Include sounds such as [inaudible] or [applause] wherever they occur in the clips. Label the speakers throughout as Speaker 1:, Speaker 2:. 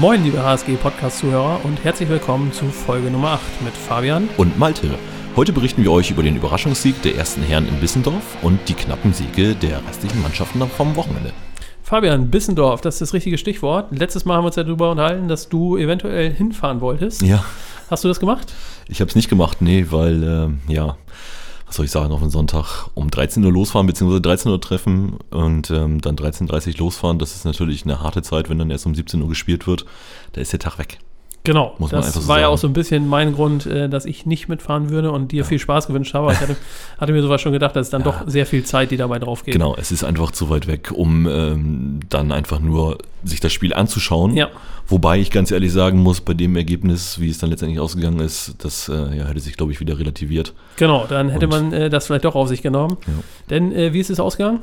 Speaker 1: Moin, liebe HSG-Podcast-Zuhörer und herzlich willkommen zu Folge Nummer 8 mit Fabian.
Speaker 2: und Malte. Heute berichten wir euch über den Überraschungssieg der ersten Herren in Bissendorf und die knappen Siege der restlichen Mannschaften vom Wochenende.
Speaker 1: Fabian, Bissendorf, das ist das richtige Stichwort. Letztes Mal haben wir uns ja darüber unterhalten, dass du eventuell hinfahren wolltest.
Speaker 2: Ja,
Speaker 1: Hast du das gemacht?
Speaker 2: ich habe es nicht gemacht, nee, weil, ähm, ja, was soll ich sagen, auf den Sonntag um 13 Uhr losfahren, beziehungsweise 13 Uhr treffen und ähm, dann 13.30 Uhr losfahren, das ist natürlich eine harte Zeit, wenn dann erst um 17 Uhr gespielt wird, da ist der Tag weg.
Speaker 1: Genau.
Speaker 2: Muss man
Speaker 1: das
Speaker 2: einfach so
Speaker 1: war ja
Speaker 2: sagen.
Speaker 1: auch so ein bisschen mein Grund, äh, dass ich nicht mitfahren würde und dir viel Spaß gewünscht habe. Aber Ich
Speaker 2: [laughs]
Speaker 1: hatte, hatte mir sowas schon gedacht, dass es dann doch sehr viel Zeit, die dabei drauf geht.
Speaker 2: Genau, es ist einfach zu weit weg, um ähm, dann einfach nur sich das Spiel anzuschauen.
Speaker 1: Ja.
Speaker 2: Wobei ich ganz ehrlich sagen muss, bei dem Ergebnis, wie es dann letztendlich ausgegangen ist, das äh, ja, hätte sich, glaube ich, wieder relativiert.
Speaker 1: Genau, dann hätte
Speaker 2: Und-
Speaker 1: man äh, das vielleicht doch auf sich genommen. Denn äh, wie ist es ausgegangen?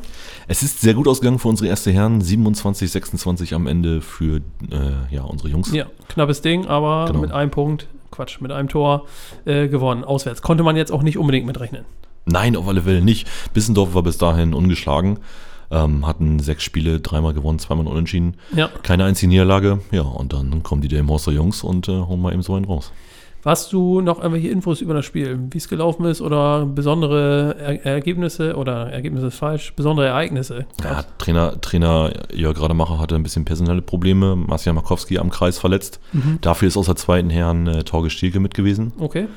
Speaker 2: Es ist sehr gut ausgegangen für unsere erste Herren. 27, 26 am Ende für äh, ja, unsere Jungs.
Speaker 1: Ja, knappes Ding, aber
Speaker 2: Genau.
Speaker 1: mit einem Punkt, Quatsch, mit einem Tor äh, gewonnen, auswärts. Konnte man jetzt auch nicht unbedingt mitrechnen.
Speaker 2: Nein, auf alle Fälle nicht. Bissendorf war bis dahin ungeschlagen. Ähm, hatten sechs Spiele, dreimal gewonnen, zweimal unentschieden.
Speaker 1: Ja.
Speaker 2: Keine einzige Niederlage. Ja, und dann kommen die Delmhorster Jungs und äh, hauen mal eben so einen raus.
Speaker 1: Hast du noch irgendwelche Infos über das Spiel, wie es gelaufen ist oder besondere er Ergebnisse oder Ergebnisse ist falsch, besondere Ereignisse?
Speaker 2: Ja, Trainer, Trainer Jörg Rademacher hatte ein bisschen personelle Probleme. Marcia Markowski am Kreis verletzt. Dafür ist aus der zweiten Herren äh, Torge Stielke mit gewesen.
Speaker 1: Mhm. Okay.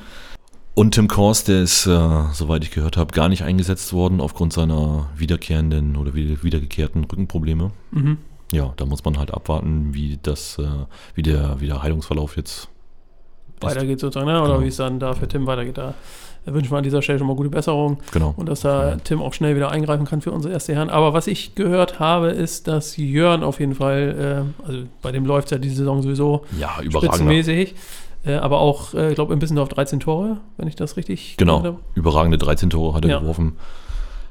Speaker 2: Und Tim Kors, der ist, äh, soweit ich gehört habe, gar nicht eingesetzt worden aufgrund seiner wiederkehrenden oder wieder, wiedergekehrten Rückenprobleme.
Speaker 1: Mhm.
Speaker 2: Ja, da muss man halt abwarten, wie das, äh, wie der, wie der Heilungsverlauf jetzt.
Speaker 1: Weiter geht's sozusagen, ne? oder
Speaker 2: Genau.
Speaker 1: wie es dann da für Tim weitergeht. Da wünschen wir an dieser Stelle schon mal gute Besserung
Speaker 2: Genau.
Speaker 1: und dass da Tim auch schnell wieder eingreifen kann für unsere erste Herren. Aber was ich gehört habe, ist, dass Jörn auf jeden Fall, äh, also bei dem läuft ja diese Saison sowieso
Speaker 2: Ja, überragender,
Speaker 1: spitzenmäßig. Äh, aber auch, äh, ich glaube, in Bissendorf 13 Tore, wenn ich das richtig gehört
Speaker 2: genau,
Speaker 1: habe.
Speaker 2: überragende 13 Tore hat er
Speaker 1: Ja.
Speaker 2: geworfen.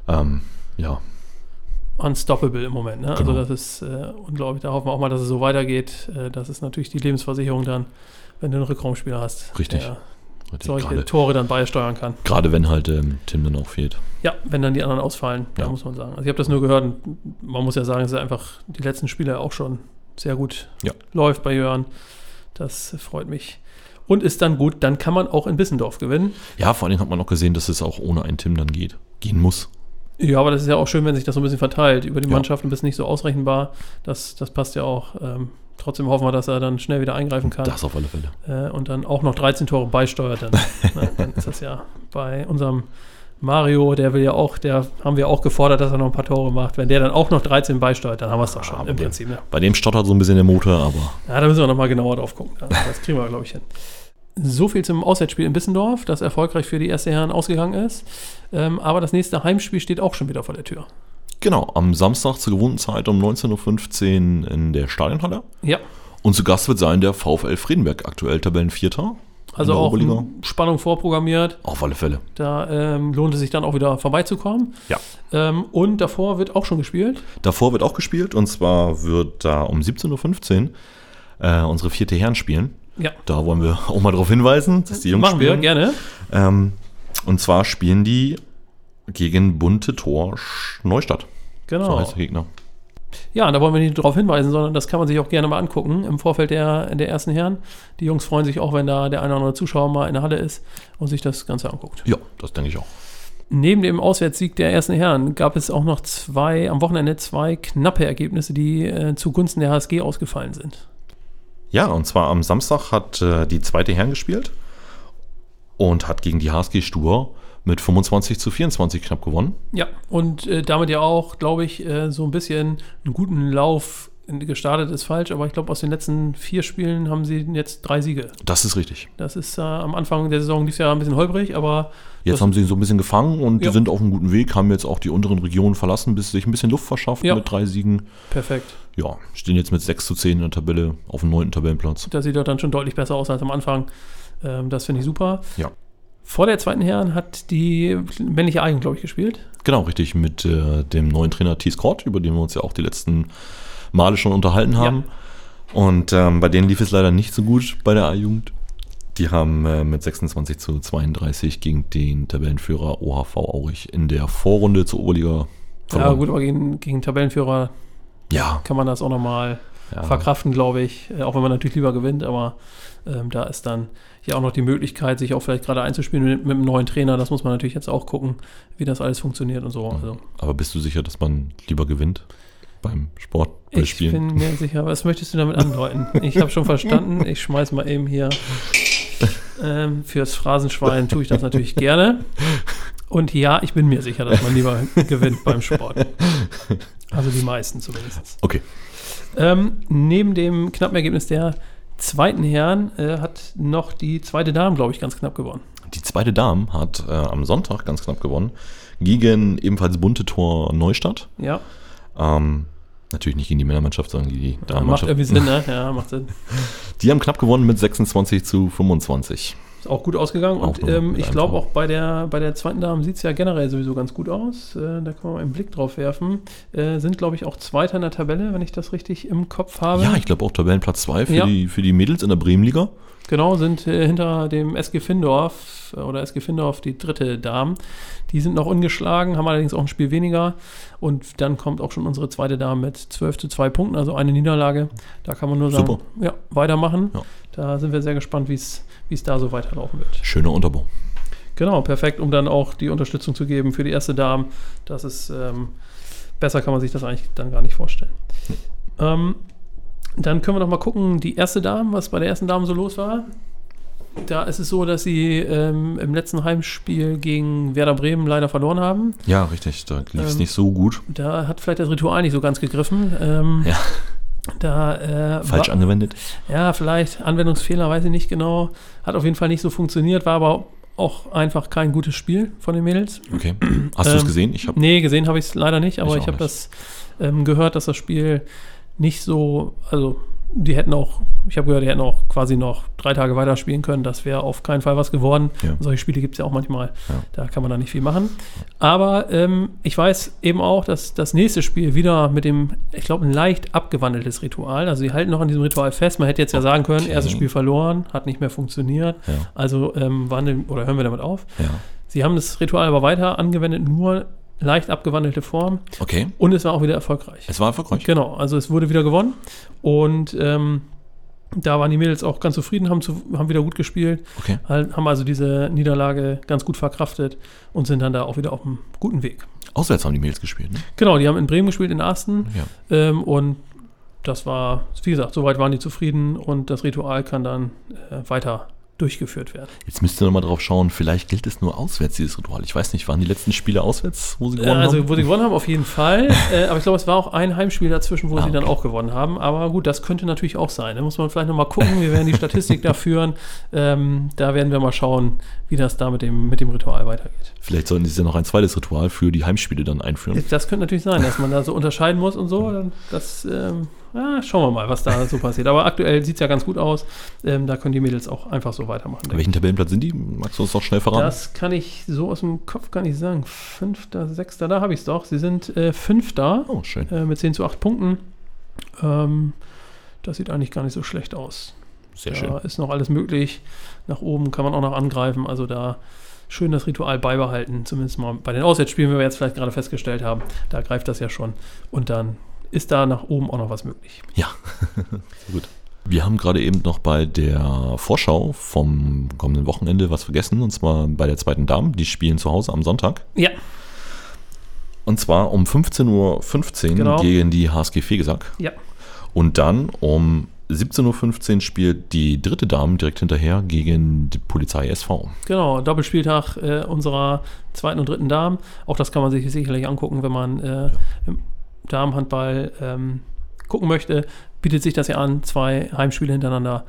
Speaker 2: Ähm, ja,
Speaker 1: Unstoppable im Moment. Ne? Also
Speaker 2: Genau.
Speaker 1: das ist äh, unglaublich. Da hoffen wir auch mal, dass es so weitergeht. Äh, das ist natürlich die Lebensversicherung dann, wenn du einen Rückraumspieler hast,
Speaker 2: Richtig.
Speaker 1: der
Speaker 2: richtig.
Speaker 1: solche
Speaker 2: gerade,
Speaker 1: Tore dann beisteuern kann.
Speaker 2: gerade wenn halt ähm, Tim dann auch fehlt.
Speaker 1: Ja, wenn dann die anderen ausfallen, da
Speaker 2: Ja.
Speaker 1: muss man sagen. Also ich habe das nur gehört und man muss ja sagen, es ist einfach die letzten Spiele auch schon sehr gut
Speaker 2: Ja.
Speaker 1: läuft bei Jörn. Das freut mich. Und ist dann gut, dann kann man auch in Bissendorf gewinnen.
Speaker 2: Ja, vor allen Dingen hat man auch gesehen, dass es auch ohne einen Tim dann geht. Gehen muss.
Speaker 1: Ja, aber das ist ja auch schön, wenn sich das so ein bisschen verteilt. Über die
Speaker 2: Ja.
Speaker 1: Mannschaften bist nicht so ausrechenbar. Das, das passt ja auch. Ähm, trotzdem hoffen wir, dass er dann schnell wieder eingreifen kann
Speaker 2: Das auf alle Fälle.
Speaker 1: äh, und dann auch noch 13 Tore beisteuert.
Speaker 2: [laughs]
Speaker 1: Dann, Na, dann ist das ja bei unserem Mario, der will ja auch, der haben wir auch gefordert, dass er noch ein paar Tore macht. Wenn der dann auch noch 13 beisteuert, dann haben wir es doch schon
Speaker 2: aber
Speaker 1: im
Speaker 2: der-
Speaker 1: Prinzip. Ne?
Speaker 2: Bei dem stottert so ein bisschen der Motor, aber
Speaker 1: Ja, da müssen wir nochmal genauer drauf gucken. Also, Das kriegen wir, glaube ich, hin. So viel zum Auswärtsspiel in Bissendorf, das erfolgreich für die erste Herren ausgegangen ist. Ähm, aber das nächste Heimspiel steht auch schon wieder vor der Tür.
Speaker 2: Genau, am Samstag zur gewohnten Zeit um 19.15 Uhr in der Stadionhalle.
Speaker 1: Ja,
Speaker 2: Und zu Gast wird sein der VfL Friedenberg, aktuell Tabellenvierter.
Speaker 1: Also
Speaker 2: in der
Speaker 1: auch
Speaker 2: Oberliga.
Speaker 1: m, Spannung vorprogrammiert.
Speaker 2: Auf alle Fälle.
Speaker 1: Da ähm, lohnt es sich dann auch wieder vorbeizukommen.
Speaker 2: Ja.
Speaker 1: Ähm, und davor wird auch schon gespielt.
Speaker 2: Davor wird auch gespielt und zwar wird da um 17.15 Uhr äh, unsere vierte Herren spielen.
Speaker 1: Ja.
Speaker 2: Da wollen wir auch mal darauf hinweisen, dass die Jungs
Speaker 1: Machen wir
Speaker 2: spielen.
Speaker 1: gerne.
Speaker 2: Ähm, und zwar spielen die gegen Bunte Tor Sch- Neustadt. So
Speaker 1: Genau.
Speaker 2: heißt der Gegner.
Speaker 1: Ja, da wollen wir nicht darauf hinweisen, sondern das kann man sich auch gerne mal angucken im Vorfeld der, der ersten Herren. Die Jungs freuen sich auch, wenn da der eine oder andere Zuschauer mal in der Halle ist und sich das Ganze anguckt.
Speaker 2: Ja, das denke ich auch.
Speaker 1: Neben dem Auswärtssieg der ersten Herren gab es auch noch zwei, am Wochenende zwei knappe Ergebnisse, die äh, zugunsten der HSG ausgefallen sind.
Speaker 2: Ja, und zwar am Samstag hat äh, die zweite Herren gespielt und hat gegen die HSG Stur mit 25 zu 24 knapp gewonnen.
Speaker 1: Ja, und äh, damit ja auch, glaube ich, äh, so ein bisschen einen guten Lauf gestartet ist falsch, aber ich glaube, aus den letzten vier Spielen haben sie jetzt drei Siege.
Speaker 2: Das ist richtig.
Speaker 1: Das ist äh, am Anfang der Saison lief ja ein bisschen holprig, aber
Speaker 2: Jetzt
Speaker 1: Das-
Speaker 2: haben sie ihn so ein bisschen gefangen und
Speaker 1: Ja.
Speaker 2: die sind auf einem guten Weg, haben jetzt auch die unteren Regionen verlassen, bis sich ein bisschen Luft verschafft
Speaker 1: Ja.
Speaker 2: mit drei Siegen.
Speaker 1: perfekt.
Speaker 2: Ja, stehen jetzt mit 6 zu 10 in der Tabelle auf dem neunten Tabellenplatz.
Speaker 1: Das sieht doch dann schon deutlich besser aus als am Anfang. Ähm, das finde ich super.
Speaker 2: Ja.
Speaker 1: Vor der zweiten Herren hat die männliche Eigen, glaube ich, gespielt.
Speaker 2: Genau, richtig, mit äh, dem neuen Trainer Thies Kort, über den wir uns ja auch die letzten Male schon unterhalten haben. Und ähm, bei denen lief es leider nicht so gut bei der A-Jugend. Die haben äh, mit 26 zu 32 gegen den Tabellenführer OHV Aurich in der Vorrunde zur Oberliga
Speaker 1: Ja,
Speaker 2: verloren.
Speaker 1: gut, aber gegen, gegen Tabellenführer
Speaker 2: Ja,
Speaker 1: kann man das auch nochmal
Speaker 2: Ja.
Speaker 1: verkraften, glaube ich. Äh, Auch wenn man natürlich lieber gewinnt, aber ähm, da ist dann ja auch noch die Möglichkeit, sich auch vielleicht gerade einzuspielen mit, mit einem neuen Trainer. Das muss man natürlich jetzt auch gucken, wie das alles funktioniert und so. Also,
Speaker 2: Aber bist du sicher, dass man lieber gewinnt beim Sport, bei
Speaker 1: ich bin mir sicher, was möchtest du damit andeuten? Ich habe schon verstanden. Ich schmeiß mal eben hier ähm, fürs Phrasenschwein tue ich das natürlich gerne. Und ja, ich bin mir sicher, dass man lieber gewinnt beim Sport. Also die meisten zumindest.
Speaker 2: Okay.
Speaker 1: Ähm, neben dem knappen Ergebnis der zweiten Herren äh, hat noch die zweite Dame, glaube ich, ganz knapp gewonnen.
Speaker 2: Die zweite Dame hat äh, am Sonntag ganz knapp gewonnen gegen ebenfalls bunte Tor Neustadt.
Speaker 1: Ja,
Speaker 2: Ähm, natürlich nicht gegen die Männermannschaft, sondern gegen die
Speaker 1: macht
Speaker 2: Damenmannschaft.
Speaker 1: irgendwie Sinn,
Speaker 2: [laughs]
Speaker 1: ne? Ja, macht Sinn.
Speaker 2: Die haben knapp gewonnen mit 26 zu 25.
Speaker 1: Ist auch gut ausgegangen.
Speaker 2: Auch
Speaker 1: und
Speaker 2: nur
Speaker 1: ähm,
Speaker 2: mit
Speaker 1: ich
Speaker 2: einem
Speaker 1: glaube
Speaker 2: Tor.
Speaker 1: auch bei der, bei der zweiten Dame sieht es ja generell sowieso ganz gut aus. Äh, da kann man mal einen Blick drauf werfen. Äh, sind, glaube ich, auch Zweiter in der Tabelle, wenn ich das richtig im Kopf habe.
Speaker 2: ja, ich glaube auch Tabellenplatz 2 für,
Speaker 1: Ja.
Speaker 2: die, für die Mädels in der Bremenliga.
Speaker 1: Genau, sind äh, hinter dem SG Findorf äh, oder SG Findorf die dritte Dame. Die sind noch ungeschlagen, haben allerdings auch ein Spiel weniger. Und dann kommt auch schon unsere zweite Dame mit 12 zu 2 Punkten, also eine Niederlage. Da kann man nur sagen,
Speaker 2: Super.
Speaker 1: ja, weitermachen.
Speaker 2: Ja.
Speaker 1: Da sind wir sehr gespannt, wie es wie es da so weiterlaufen wird.
Speaker 2: Schöner Unterbau.
Speaker 1: Genau, perfekt, um dann auch die Unterstützung zu geben für die erste Dame. Das ist ähm, besser, kann man sich das eigentlich dann gar nicht vorstellen. Ähm, dann können wir noch mal gucken, die erste Dame, was bei der ersten Dame so los war. Da ist es so, dass sie ähm, im letzten Heimspiel gegen Werder Bremen leider verloren haben.
Speaker 2: Ja, richtig. Da lief es
Speaker 1: Ähm,
Speaker 2: nicht so gut.
Speaker 1: Da hat vielleicht das Ritual nicht so ganz gegriffen. Ähm,
Speaker 2: Ja.
Speaker 1: Da, äh,
Speaker 2: Falsch
Speaker 1: wa-
Speaker 2: angewendet.
Speaker 1: ja, vielleicht Anwendungsfehler, weiß ich nicht genau. Hat auf jeden Fall nicht so funktioniert, war aber auch einfach kein gutes Spiel von den Mädels.
Speaker 2: Okay. Hast du es
Speaker 1: Ähm,
Speaker 2: gesehen? Ich habe.
Speaker 1: Nee, gesehen habe ich es leider nicht, aber
Speaker 2: Ich
Speaker 1: ich,
Speaker 2: auch
Speaker 1: habe
Speaker 2: nicht.
Speaker 1: das ähm, gehört, dass das Spiel nicht so, also die hätten auch, ich habe gehört, die hätten auch quasi noch drei Tage weiterspielen können. Das wäre auf keinen Fall was geworden.
Speaker 2: Ja.
Speaker 1: Solche Spiele gibt es ja auch manchmal.
Speaker 2: Ja.
Speaker 1: Da kann man da nicht viel machen. Aber ähm, ich weiß eben auch, dass das nächste Spiel wieder mit dem, ich glaube, ein leicht abgewandeltes Ritual. Also sie halten noch an diesem Ritual fest. Man hätte jetzt ja sagen können,
Speaker 2: Oh, Okay.
Speaker 1: erstes Spiel verloren, hat nicht mehr funktioniert.
Speaker 2: Ja,
Speaker 1: Also ähm, wandeln oder hören wir damit auf.
Speaker 2: ja.
Speaker 1: Sie haben das Ritual aber weiter angewendet, nur leicht abgewandelte Form
Speaker 2: Okay.
Speaker 1: und es war auch wieder erfolgreich.
Speaker 2: Es war erfolgreich.
Speaker 1: Genau, also es wurde wieder gewonnen und ähm, da waren die Mädels auch ganz zufrieden, haben, zu, haben wieder gut gespielt,
Speaker 2: Okay.
Speaker 1: halt- haben also diese Niederlage ganz gut verkraftet und sind dann da auch wieder auf einem guten Weg.
Speaker 2: Auswärts haben die Mädels gespielt. Ne?
Speaker 1: Genau, die haben in Bremen gespielt, in Asten
Speaker 2: Ja.
Speaker 1: ähm, und das war, wie gesagt, soweit waren die zufrieden und das Ritual kann dann äh, weiter durchgeführt werden.
Speaker 2: Jetzt müsst ihr nochmal drauf schauen, vielleicht gilt es nur auswärts, dieses Ritual. Ich weiß nicht, waren die letzten Spiele auswärts, wo sie
Speaker 1: Äh,
Speaker 2: gewonnen
Speaker 1: Also,
Speaker 2: haben?
Speaker 1: wo sie gewonnen haben, auf jeden
Speaker 2: [laughs]
Speaker 1: Fall. äh, aber ich glaube, es war auch ein Heimspiel dazwischen, wo
Speaker 2: Ah,
Speaker 1: sie dann
Speaker 2: okay.
Speaker 1: auch gewonnen haben. Aber gut, das könnte natürlich auch sein. Da muss man vielleicht nochmal gucken. Wir werden die Statistik da führen. Ähm, da werden wir mal schauen, wie das da mit dem, mit dem Ritual weitergeht.
Speaker 2: Vielleicht sollten sie ja noch ein zweites Ritual für die Heimspiele dann einführen.
Speaker 1: Das könnte natürlich sein, dass man da so unterscheiden muss und so. Dann Das, ähm, ja, schauen wir mal, was da so passiert. Aber aktuell sieht es ja ganz gut aus. Ähm, da können die Mädels auch einfach so weitermachen. denke ich.
Speaker 2: Welchen Tabellenplatz sind die? Magst du uns doch schnell verraten?
Speaker 1: Das kann ich so aus dem Kopf gar nicht sagen. Fünfter, sechster, da habe ich es doch. Sie sind äh, Fünfter.
Speaker 2: oh, schön.
Speaker 1: äh, mit 10 zu 8 Punkten. Ähm, das sieht eigentlich gar nicht so schlecht aus.
Speaker 2: Sehr
Speaker 1: da
Speaker 2: schön.
Speaker 1: ist noch alles möglich. Nach oben kann man auch noch angreifen. Also da schön das Ritual beibehalten. Zumindest mal bei den Auswärtsspielen, wie wir jetzt vielleicht gerade festgestellt haben. Da greift das ja schon. Und dann ist da nach oben auch noch was möglich.
Speaker 2: Wir haben gerade eben noch bei der Vorschau vom kommenden Wochenende was vergessen, und zwar bei der zweiten Dame. Die spielen zu Hause am Sonntag.
Speaker 1: Ja,
Speaker 2: Und zwar um 15.15 Uhr
Speaker 1: Genau.
Speaker 2: gegen die HSG Fegesack.
Speaker 1: ja.
Speaker 2: Und dann um 17.15 Uhr spielt die dritte Dame direkt hinterher gegen die Polizei SV.
Speaker 1: Genau, Doppelspieltag äh, unserer zweiten und dritten Damen. Auch das kann man sich sicherlich angucken, wenn man äh, im Damenhandball ähm, gucken möchte. Bietet sich das ja an, zwei Heimspiele hintereinander.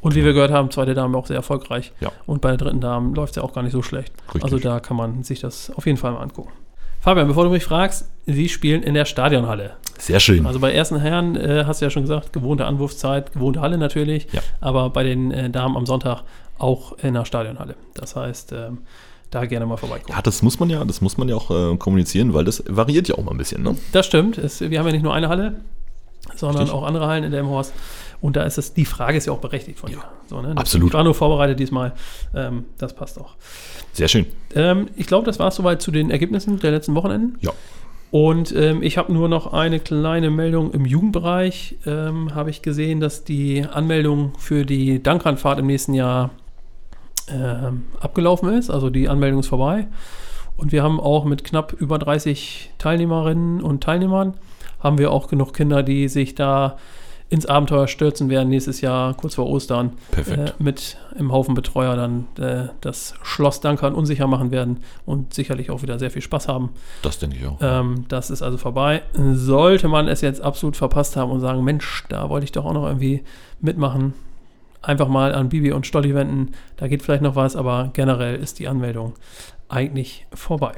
Speaker 1: Und wie wir gehört haben, zweite Dame auch sehr erfolgreich.
Speaker 2: Ja.
Speaker 1: Und bei der dritten Dame läuft es ja auch gar nicht so schlecht.
Speaker 2: Richtig.
Speaker 1: Also da kann man sich das auf jeden Fall mal angucken. Fabian, bevor du mich fragst, Sie spielen in der Stadionhalle.
Speaker 2: Sehr schön.
Speaker 1: Also bei ersten Herren äh, hast du ja schon gesagt, gewohnte Anwurfszeit, gewohnte Halle natürlich,
Speaker 2: Ja.
Speaker 1: aber bei den äh, Damen am Sonntag auch in der Stadionhalle. Das heißt, ähm, da gerne mal vorbeigucken.
Speaker 2: ja, das muss man ja, das muss man ja auch äh, kommunizieren, weil das variiert ja auch mal ein bisschen, ne?
Speaker 1: Das stimmt. Es, wir haben ja nicht nur eine Halle, sondern
Speaker 2: Richtig.
Speaker 1: auch andere Hallen in Delmenhorst. Und da ist es, die Frage ist ja auch berechtigt von dir. So, ne?
Speaker 2: absolut.
Speaker 1: Ich war nur vorbereitet diesmal. Ähm, das passt auch.
Speaker 2: Sehr schön.
Speaker 1: Ähm, ich glaube, das war es soweit zu den Ergebnissen der letzten Wochenenden.
Speaker 2: Ja.
Speaker 1: Und ähm, ich habe nur noch eine kleine Meldung im Jugendbereich. Ähm, habe ich gesehen, dass die Anmeldung für die Dankrandfahrt im nächsten Jahr ähm, abgelaufen ist. Also die Anmeldung ist vorbei. Und wir haben auch mit knapp über 30 Teilnehmerinnen und Teilnehmern haben wir auch genug Kinder, die sich da ins Abenteuer stürzen werden nächstes Jahr, kurz vor Ostern,
Speaker 2: Perfekt.
Speaker 1: äh, mit im Haufen Betreuer dann äh, das Schloss Dankern unsicher machen werden und sicherlich auch wieder sehr viel Spaß haben.
Speaker 2: Das denke ich auch.
Speaker 1: Ähm, das ist also vorbei. Sollte man es jetzt absolut verpasst haben und sagen, Mensch, da wollte ich doch auch noch irgendwie mitmachen, einfach mal an Bibi und Stolli wenden. Da geht vielleicht noch was, aber generell ist die Anmeldung eigentlich vorbei.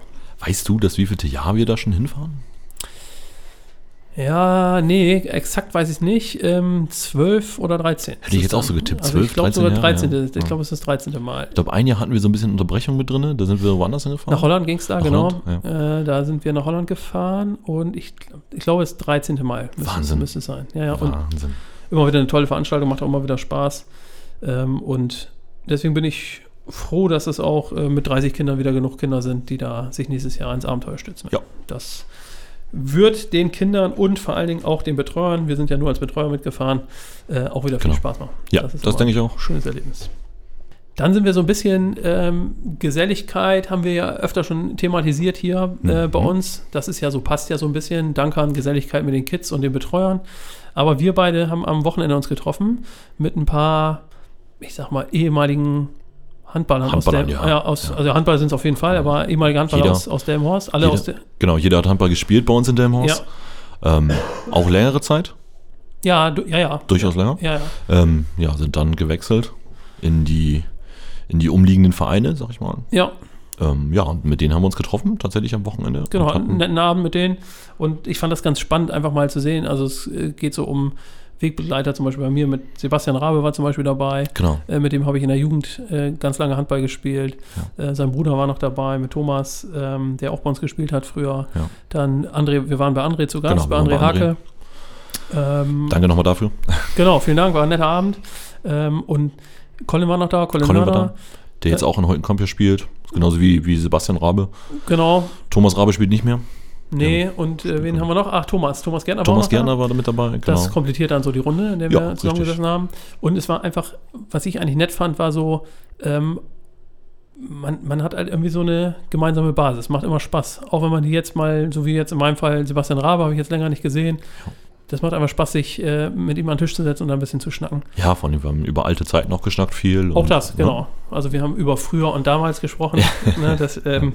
Speaker 2: Weißt du, das wievielte Jahr wir da schon hinfahren?
Speaker 1: Ja, nee, exakt weiß ich nicht. Ähm, 12 oder 13.
Speaker 2: Hätte ich jetzt auch so getippt. 12,
Speaker 1: 12, 13.
Speaker 2: 13,
Speaker 1: Sogar
Speaker 2: ja,
Speaker 1: 13.
Speaker 2: ja.
Speaker 1: Ich glaube, es ist das 13. Mal.
Speaker 2: Ich glaube, ein Jahr hatten wir so ein bisschen Unterbrechung mit drin. Da sind wir woanders hingefahren.
Speaker 1: Nach Holland ging es da,
Speaker 2: Oh. Nach
Speaker 1: genau.
Speaker 2: Holland,
Speaker 1: äh, da sind wir nach Holland gefahren und ich, ich glaube, es ist das 13. Mal. Müsste,
Speaker 2: Wahnsinn.
Speaker 1: Müsste es sein. Ja, ja. Und
Speaker 2: Wahnsinn.
Speaker 1: immer wieder eine tolle Veranstaltung, macht auch immer wieder Spaß. Ähm, und deswegen bin ich froh, dass es auch äh, mit 30 Kindern wieder genug Kinder sind, die da sich nächstes Jahr ins Abenteuer stützen.
Speaker 2: Ja.
Speaker 1: Das wird den Kindern und vor allen Dingen auch den Betreuern, wir sind ja nur als Betreuer mitgefahren, äh, auch wieder
Speaker 2: Genau.
Speaker 1: viel Spaß machen.
Speaker 2: Ja, das,
Speaker 1: immer
Speaker 2: denke ich auch.
Speaker 1: ein schönes Erlebnis. Dann sind wir so ein bisschen ähm, Geselligkeit, haben wir ja öfter schon thematisiert hier äh,
Speaker 2: Mhm.
Speaker 1: bei uns. Das ist ja so, passt ja so ein bisschen. Danke an Geselligkeit mit den Kids und den Betreuern. Aber wir beide haben am Wochenende uns getroffen mit ein paar, ich sag mal, ehemaligen Handballern,
Speaker 2: Handballern,
Speaker 1: aus der,
Speaker 2: ja.
Speaker 1: ja, aus, also Handballer sind es auf jeden Fall, aber ehemalige Handballer
Speaker 2: Jeder.
Speaker 1: aus, aus Delmhorst, alle
Speaker 2: Jeder,
Speaker 1: aus der,
Speaker 2: genau, jeder hat Handball gespielt bei uns in Delmhorst. Ähm, auch längere Zeit,
Speaker 1: ja, du, ja, ja,
Speaker 2: durchaus länger.
Speaker 1: ja, ja,
Speaker 2: Ähm, ja, sind dann gewechselt in die, in die umliegenden Vereine, sag ich mal.
Speaker 1: ja,
Speaker 2: Ähm, ja, und mit denen haben wir uns getroffen, tatsächlich am Wochenende.
Speaker 1: Genau,
Speaker 2: Und
Speaker 1: einen
Speaker 2: hatten,
Speaker 1: netten Abend mit denen. Und ich fand das ganz spannend, einfach mal zu sehen. Also es äh, geht so um Wegbegleiter zum Beispiel bei mir. Mit Sebastian Rabe war zum Beispiel dabei.
Speaker 2: genau.
Speaker 1: Äh, mit dem habe ich in der Jugend äh, ganz lange Handball gespielt. Äh, sein Bruder war noch dabei, mit Thomas, ähm, der auch bei uns gespielt hat früher.
Speaker 2: Ja.
Speaker 1: Dann André, wir waren bei André zu Gast,
Speaker 2: Genau,
Speaker 1: bei
Speaker 2: wir waren
Speaker 1: André
Speaker 2: bei André.
Speaker 1: Hake. Ähm,
Speaker 2: Danke nochmal dafür.
Speaker 1: genau, vielen Dank, war ein netter Abend. Ähm, und Colin war noch da, Colin,
Speaker 2: Colin war
Speaker 1: Werner.
Speaker 2: da, der jetzt auch in Holtenkamp hier spielt. Genauso wie, wie Sebastian Rabe.
Speaker 1: Genau,
Speaker 2: Thomas Rabe spielt nicht mehr.
Speaker 1: nee, und äh, wen haben wir noch? Ach, Thomas, Thomas Gärtner war auch
Speaker 2: Thomas
Speaker 1: noch da.
Speaker 2: Gerner war da mit dabei. Genau.
Speaker 1: Das komplettiert dann so die Runde, in der
Speaker 2: Ja,
Speaker 1: wir zusammengesessen haben. Und es war einfach, was ich eigentlich nett fand, war so, ähm, man, man hat halt irgendwie so eine gemeinsame Basis. Macht immer Spaß. Auch wenn man die jetzt mal, so wie jetzt in meinem Fall Sebastian Rabe, habe ich jetzt länger nicht gesehen. Das macht einfach Spaß, sich äh, mit ihm an den Tisch zu setzen und da ein bisschen zu schnacken.
Speaker 2: ja, vor allem, wir haben über alte Zeiten auch geschnackt viel.
Speaker 1: Auch
Speaker 2: und,
Speaker 1: das,
Speaker 2: ne?
Speaker 1: genau. Also wir haben über früher und damals gesprochen. Ne, das
Speaker 2: [laughs]
Speaker 1: ähm,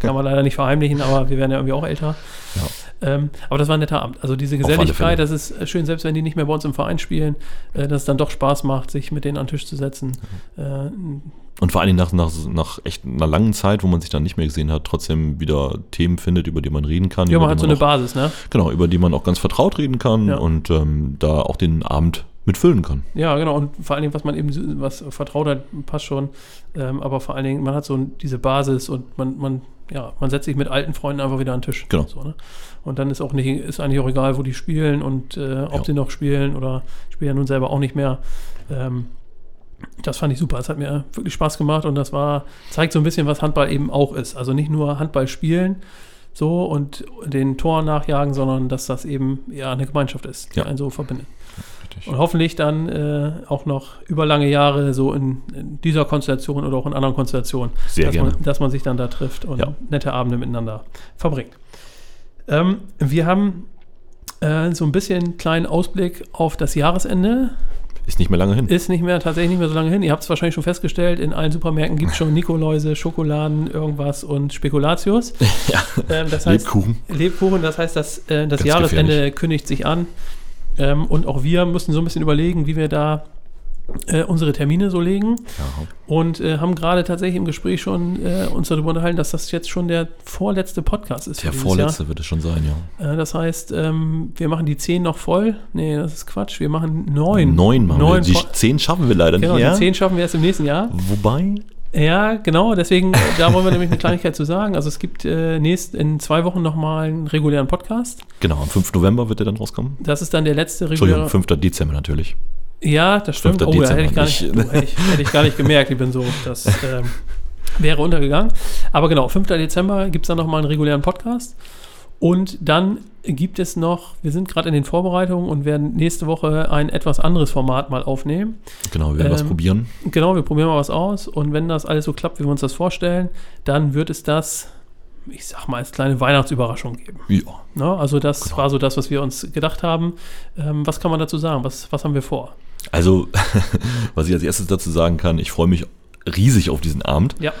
Speaker 1: kann man leider nicht verheimlichen, aber wir werden ja irgendwie auch älter. Ähm, aber das war ein netter Abend. Also diese
Speaker 2: alle Fälle.
Speaker 1: Geselligkeit, das ist äh, schön, selbst wenn die nicht mehr bei uns im Verein spielen, äh, dass es dann doch Spaß macht, sich mit denen an den Tisch zu setzen. Äh,
Speaker 2: Und vor allem nach, nach, nach echt einer langen Zeit, wo man sich dann nicht mehr gesehen hat, trotzdem wieder Themen findet, über die man reden kann.
Speaker 1: ja,
Speaker 2: über
Speaker 1: man hat
Speaker 2: die
Speaker 1: so eine
Speaker 2: auch,
Speaker 1: Basis, ne?
Speaker 2: Genau, über die man auch ganz vertraut reden kann
Speaker 1: Ja.
Speaker 2: und ähm, da auch den Abend mit füllen kann.
Speaker 1: Ja, genau. Und vor allen Dingen, was man eben, so- was vertraut hat, passt schon. Ähm, aber vor allen Dingen, man hat so ein- diese Basis und man, man, ja, man setzt sich mit alten Freunden einfach wieder an den Tisch.
Speaker 2: Genau.
Speaker 1: So, ne? Und dann ist auch nicht, ist eigentlich auch egal, wo die spielen und äh, ob
Speaker 2: Ja.
Speaker 1: sie noch spielen oder spielen ja nun selber auch nicht mehr. Ähm, das fand ich super. Es hat mir wirklich Spaß gemacht und das war, zeigt so ein bisschen, was Handball eben auch ist. Also nicht nur Handball spielen so und den Toren nachjagen, sondern dass das eben ja eine Gemeinschaft ist, die
Speaker 2: Ja.
Speaker 1: einen so verbindet.
Speaker 2: Richtig.
Speaker 1: Und hoffentlich dann äh, auch noch über lange Jahre so in, in dieser Konstellation oder auch in anderen Konstellationen,
Speaker 2: Sehr
Speaker 1: dass,
Speaker 2: gerne.
Speaker 1: Man, dass man sich dann da trifft und
Speaker 2: Ja.
Speaker 1: nette Abende miteinander verbringt. Ähm, wir haben äh, so ein bisschen einen kleinen Ausblick auf das Jahresende.
Speaker 2: Ist nicht mehr lange hin.
Speaker 1: Ist nicht mehr, tatsächlich nicht mehr so lange hin. Ihr habt es wahrscheinlich schon festgestellt, in allen Supermärkten gibt es schon Nikoläuse, Schokoladen, irgendwas und Spekulatius.
Speaker 2: [laughs] Ja.
Speaker 1: Ähm, das heißt,
Speaker 2: Lebkuchen.
Speaker 1: Lebkuchen, das heißt, das, äh, das
Speaker 2: Ganz
Speaker 1: Jahresende kündigt sich an. Ähm, und auch wir müssen so ein bisschen überlegen, wie wir da äh, unsere Termine so legen.
Speaker 2: Ja.
Speaker 1: Und äh, haben gerade tatsächlich im Gespräch schon äh, uns darüber unterhalten, dass das jetzt schon der vorletzte Podcast ist. für
Speaker 2: Der
Speaker 1: dieses
Speaker 2: vorletzte wird es schon sein, ja.
Speaker 1: Jahr. Äh, das heißt, ähm, wir machen die 10 noch voll. Nee, das ist Quatsch. Wir machen 9.
Speaker 2: Neun machen wir.
Speaker 1: neun
Speaker 2: Die
Speaker 1: Po-
Speaker 2: zehn schaffen wir leider
Speaker 1: Genau,
Speaker 2: nicht. Ja?
Speaker 1: die 10 schaffen wir erst im nächsten Jahr.
Speaker 2: Wobei,
Speaker 1: Ja, genau, deswegen, äh, da wollen wir nämlich eine Kleinigkeit zu sagen. Also es gibt äh, nächst, in zwei Wochen nochmal einen regulären Podcast.
Speaker 2: genau, am 5. November wird der dann rauskommen.
Speaker 1: Das ist dann der letzte
Speaker 2: Entschuldigung,
Speaker 1: reguläre
Speaker 2: 5. Dezember natürlich.
Speaker 1: Ja, das stimmt.
Speaker 2: 5.
Speaker 1: Oh, ja, hätte ich,
Speaker 2: Dezember
Speaker 1: gar nicht,
Speaker 2: nicht. [laughs]
Speaker 1: du, hätte, ich, hätte ich gar nicht gemerkt. Ich bin so, das, ähm, Wäre untergegangen. Aber genau, 5. Dezember gibt es dann nochmal einen regulären Podcast. Und dann gibt es noch, wir sind gerade in den Vorbereitungen und werden nächste Woche ein etwas anderes Format mal aufnehmen.
Speaker 2: Genau, wir werden was
Speaker 1: Ähm,
Speaker 2: probieren.
Speaker 1: Genau, wir probieren mal was aus und wenn das alles so klappt, wie wir uns das vorstellen, dann wird es das, ich sag mal, als kleine Weihnachtsüberraschung geben.
Speaker 2: Ja.
Speaker 1: Ne? Also das
Speaker 2: Genau.
Speaker 1: war so das, was wir uns gedacht haben. Ähm, was kann man dazu sagen? Was, was haben wir vor?
Speaker 2: Also, [laughs] was ich als erstes dazu sagen kann, ich freue mich riesig auf diesen Abend,
Speaker 1: Ja,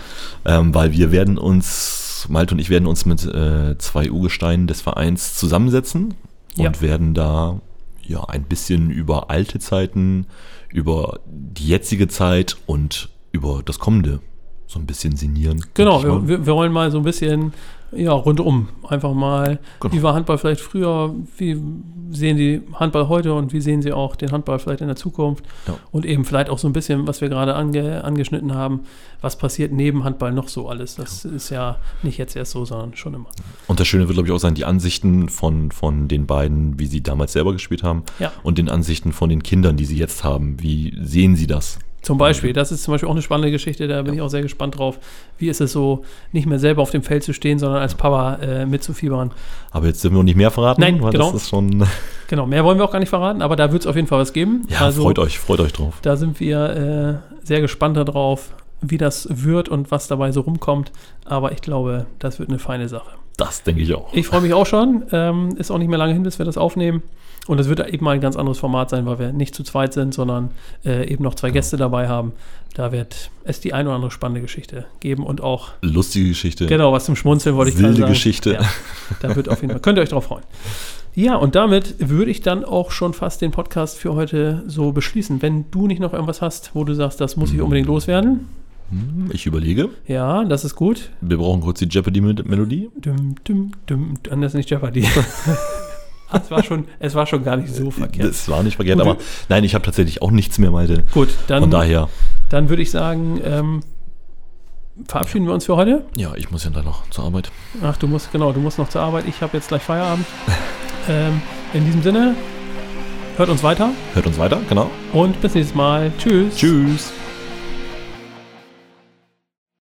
Speaker 2: ähm, weil wir werden uns, Malte und ich werden uns mit äh, zwei Urgesteinen des Vereins zusammensetzen und
Speaker 1: Ja.
Speaker 2: werden da ja ein bisschen über alte Zeiten, über die jetzige Zeit und über das Kommende so ein bisschen sinnieren. denke
Speaker 1: genau.
Speaker 2: ich mal.
Speaker 1: Wir, wir, wir wollen mal so ein bisschen ja, rundum einfach mal,
Speaker 2: Genau.
Speaker 1: wie war Handball vielleicht früher, wie sehen die Handball heute und wie sehen sie auch den Handball vielleicht in der Zukunft
Speaker 2: Ja.
Speaker 1: und eben vielleicht auch so ein bisschen, was wir gerade ange, angeschnitten haben, was passiert neben Handball noch so alles. Das ist ja nicht jetzt erst so, sondern schon immer.
Speaker 2: Und das Schöne wird, glaube ich, auch sein, die Ansichten von, von den beiden, wie sie damals selber gespielt haben
Speaker 1: Ja.
Speaker 2: und den Ansichten von den Kindern, die sie jetzt haben. Wie sehen sie das?
Speaker 1: Zum Beispiel, das ist zum Beispiel auch eine spannende Geschichte, da bin ich auch sehr gespannt drauf. Wie ist es so, nicht mehr selber auf dem Feld zu stehen, sondern als Papa äh, mitzufiebern?
Speaker 2: Aber jetzt dürfen wir noch nicht mehr verraten,
Speaker 1: Nein,
Speaker 2: weil
Speaker 1: genau.
Speaker 2: das ist schon.
Speaker 1: Genau, mehr wollen wir auch gar nicht verraten, aber da wird es auf jeden Fall was geben. Also,
Speaker 2: Ja, freut euch, freut euch drauf.
Speaker 1: Da sind wir äh, sehr gespannt darauf, wie das wird und was dabei so rumkommt. Aber ich glaube, das wird eine feine Sache.
Speaker 2: Das denke ich auch.
Speaker 1: Ich freue mich auch schon. Ähm, ist auch nicht mehr lange hin, bis wir das aufnehmen. Und es wird eben mal ein ganz anderes Format sein, weil wir nicht zu zweit sind, sondern äh, eben noch zwei
Speaker 2: Genau.
Speaker 1: Gäste dabei haben. Da wird es die ein oder andere spannende Geschichte geben und auch
Speaker 2: Lustige Geschichte.
Speaker 1: Genau, was zum Schmunzeln wollte ich
Speaker 2: Wilde
Speaker 1: gerade sagen.
Speaker 2: Geschichte.
Speaker 1: Ja, da wird auf jeden Fall. Könnt ihr euch drauf freuen. Ja, und damit würde ich dann auch schon fast den Podcast für heute so beschließen. Wenn du nicht noch irgendwas hast, wo du sagst, das
Speaker 2: Mhm.
Speaker 1: muss ich unbedingt loswerden.
Speaker 2: Hm, [laughs] Ich überlege.
Speaker 1: Ja, das ist gut.
Speaker 2: Wir brauchen kurz die Jeopardy-Melodie.
Speaker 1: Düm, düm, düm. Anders nicht
Speaker 2: [laughs]
Speaker 1: Jeopardy. Ah, es, war schon, es war schon gar nicht so verkehrt.
Speaker 2: Das war nicht verkehrt,
Speaker 1: Und
Speaker 2: aber nein, ich habe tatsächlich auch nichts mehr, Malte.
Speaker 1: gut,
Speaker 2: Von
Speaker 1: dann,
Speaker 2: daher,
Speaker 1: dann würde ich sagen, ähm, verabschieden wir uns für heute.
Speaker 2: ja, ich muss ja dann noch zur Arbeit.
Speaker 1: Ach, du musst, genau, du musst noch zur Arbeit. Ich habe jetzt gleich Feierabend. ähm, in diesem Sinne, hört uns weiter.
Speaker 2: Hört uns weiter, genau.
Speaker 1: Und bis nächstes Mal. Tschüss.
Speaker 2: Tschüss.